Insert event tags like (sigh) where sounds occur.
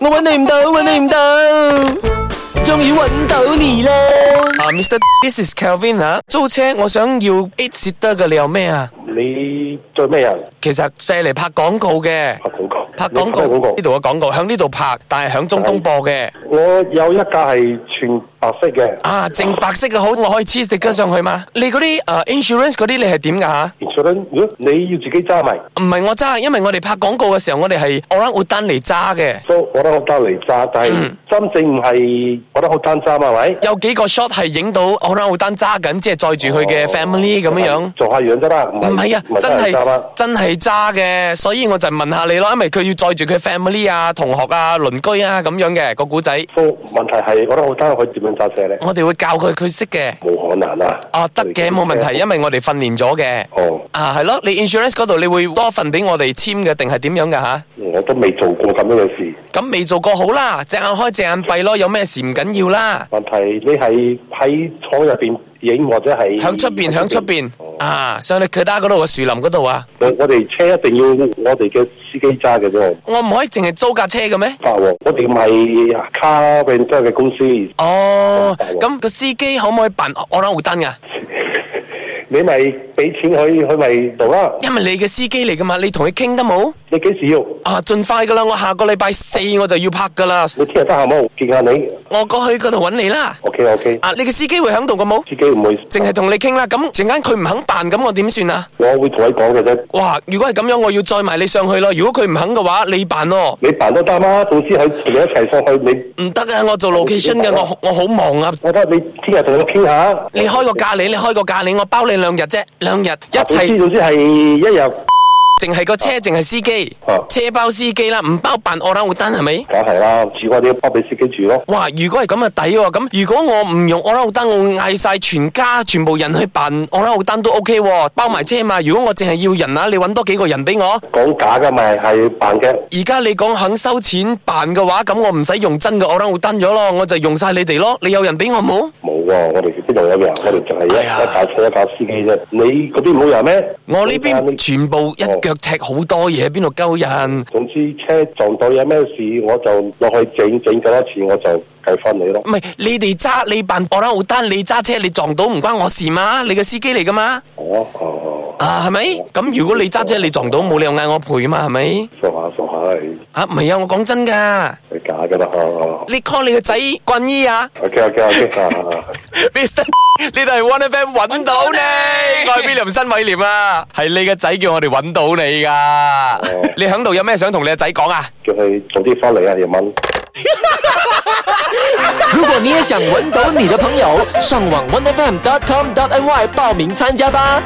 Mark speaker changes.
Speaker 1: 我揾你唔到，揾你唔到，終於揾到你啦！
Speaker 2: 啊、m r This is Kelvin 啊，租車我想要 eight seater 嘅，你有咩啊？
Speaker 3: 你做咩人
Speaker 2: 其實就係嚟拍廣告嘅，
Speaker 3: 拍廣告？
Speaker 2: 拍
Speaker 3: 你
Speaker 2: 廣
Speaker 3: 廣
Speaker 2: 告
Speaker 3: 告
Speaker 2: 呢。度嘅廣告，響呢度拍，但係響中東播嘅。
Speaker 3: 我有一架係全白色嘅
Speaker 2: 啊，淨白色嘅好，我可以黐 sticker 上去嘛？你嗰啲誒 insurance 嗰啲你係點㗎嚇？
Speaker 3: insurance，如果你要自己揸埋，
Speaker 2: 唔係我揸，因為我哋拍廣告嘅時候，我哋係 orang utan 嚟揸嘅。
Speaker 3: 所以我得我單嚟揸，但係
Speaker 2: 嗯
Speaker 3: 真正唔係我得我單揸嘛，係咪？
Speaker 2: 有幾個 shot 係影到 orang utan 揸緊，即係載住佢嘅 family 咁樣樣。
Speaker 3: 哦啊做下樣啫啦，
Speaker 2: 唔
Speaker 3: 唔
Speaker 2: 係啊
Speaker 3: 唔，係
Speaker 2: 真
Speaker 3: 單揸
Speaker 2: 係
Speaker 3: 啦。
Speaker 2: 真係揸嘅，所以我就問下你咯，因為佢要載住佢 family 啊、同學啊、鄰居啊咁樣嘅個古仔，
Speaker 3: 所以問題係我得我單可以點樣揸車咧？
Speaker 2: 我哋會教佢，佢識嘅。
Speaker 3: 冇可能啊！
Speaker 2: 哦，得嘅，冇問題，因為我哋訓練咗嘅。
Speaker 3: 哦，
Speaker 2: 啊，係咯，你 insurance 嗰度你會多份俾我哋簽嘅，定係點樣嘅吓？
Speaker 3: 我都未做過咁樣嘅事。
Speaker 2: 咁未做過好啦，隻眼開隻眼閉咯，有咩事唔緊要啦。
Speaker 3: 問題你係喺廠入邊影或者係哦
Speaker 2: 響出邊，響出邊
Speaker 3: 嗯
Speaker 2: 啊！上你佢打嗰度嘅樹林嗰度啊！
Speaker 3: 我我哋車一定要我哋嘅司機揸嘅啫。
Speaker 2: 我唔可以淨係租架車嘅咩？
Speaker 3: 法喎，我哋唔係 car rental 嘅公司， (laughs)
Speaker 2: 哦，咁個司機可唔可以扮我拉胡丹噶？
Speaker 3: 你咪俾錢佢，佢咪做啦。
Speaker 2: 因為你嘅司機嚟噶嘛，你同佢傾得冇？
Speaker 3: 你幾時要？
Speaker 2: 啊，盡快噶啦！我下個禮拜四我就要拍噶啦，
Speaker 3: 你聽日得閒冇？見下你。
Speaker 2: 我過去嗰度揾你啦。
Speaker 3: OK OK，
Speaker 2: 啊，你嘅司機會響度嘅冇？
Speaker 3: 自己唔會，
Speaker 2: 淨係同你傾啦，咁陣間佢唔肯辦，咁我點算啊？
Speaker 3: 我會同你講嘅啫。
Speaker 2: 哇！如果係咁樣，我要載埋你上去咯。如果佢唔肯嘅話，你辦咯。
Speaker 3: 你辦都得啦，總之啊佢同你一齊上去，你
Speaker 2: 唔得啊！我做 location 嘅，我我好忙啊。
Speaker 3: 我覺得你聽日同我傾下。
Speaker 2: 你開個價你，你開個價你，我包你兩日啫，兩日一
Speaker 3: 總之
Speaker 2: 齊，
Speaker 3: 總之係一日，
Speaker 2: 淨係個車，淨係司機
Speaker 3: 啊，
Speaker 2: 車包司機啦，唔包辦我啦，我單係咪？
Speaker 3: 梗係啦，住我哋要包俾司機住咯。
Speaker 2: 哇！如果係咁啊抵喎，咁如果我唔用我啦，我單我嗌晒全家全部人去辦我啦，我單都 OK 喎，包埋車嘛。如果我淨係要人啊，你揾多幾個人俾我。
Speaker 3: 講假嘅咪係扮嘅，
Speaker 2: 而家你講肯收錢辦嘅話，咁我唔使用真嘅我啦，我單咗咯，我就用晒你哋咯。你有人俾我冇？
Speaker 3: 冇喎。我哋邊度有人？我哋淨係一
Speaker 2: 哎呀
Speaker 3: 一架車一架司機啫。你嗰邊冇人咩？
Speaker 2: 我呢
Speaker 3: 你
Speaker 2: 邊全部一腳踢好多嘢，邊度鳩人？
Speaker 3: 總之車撞到有咩事，我就落去整整咗一次，我就計翻你咯。
Speaker 2: 唔係你哋揸你扮我啦，好單你揸車你撞到唔關我事嘛？你嘅司機嚟噶嘛？
Speaker 3: 哦哦，
Speaker 2: 啊係咪？咁如果你揸車你撞到冇理由嗌我賠嘛係咪？
Speaker 3: 傻下傻下係
Speaker 2: 啊唔係啊，我講真噶，
Speaker 3: 係假噶啦。哦
Speaker 2: 你 call 你個仔棍姨 (laughs) 啊
Speaker 3: OK OK OK 啊，
Speaker 2: ，Mr. (laughs) 呢度係 One FM 揾到你，我係 William 新偉廉啊，係你個仔叫我哋揾到你噶，你喺度有咩想同你個仔講啊？
Speaker 3: 叫佢早啲翻嚟啊，夜晚。
Speaker 1: 如果你也想揾到你的朋友，上网 onefm.com.ny 报名参加吧。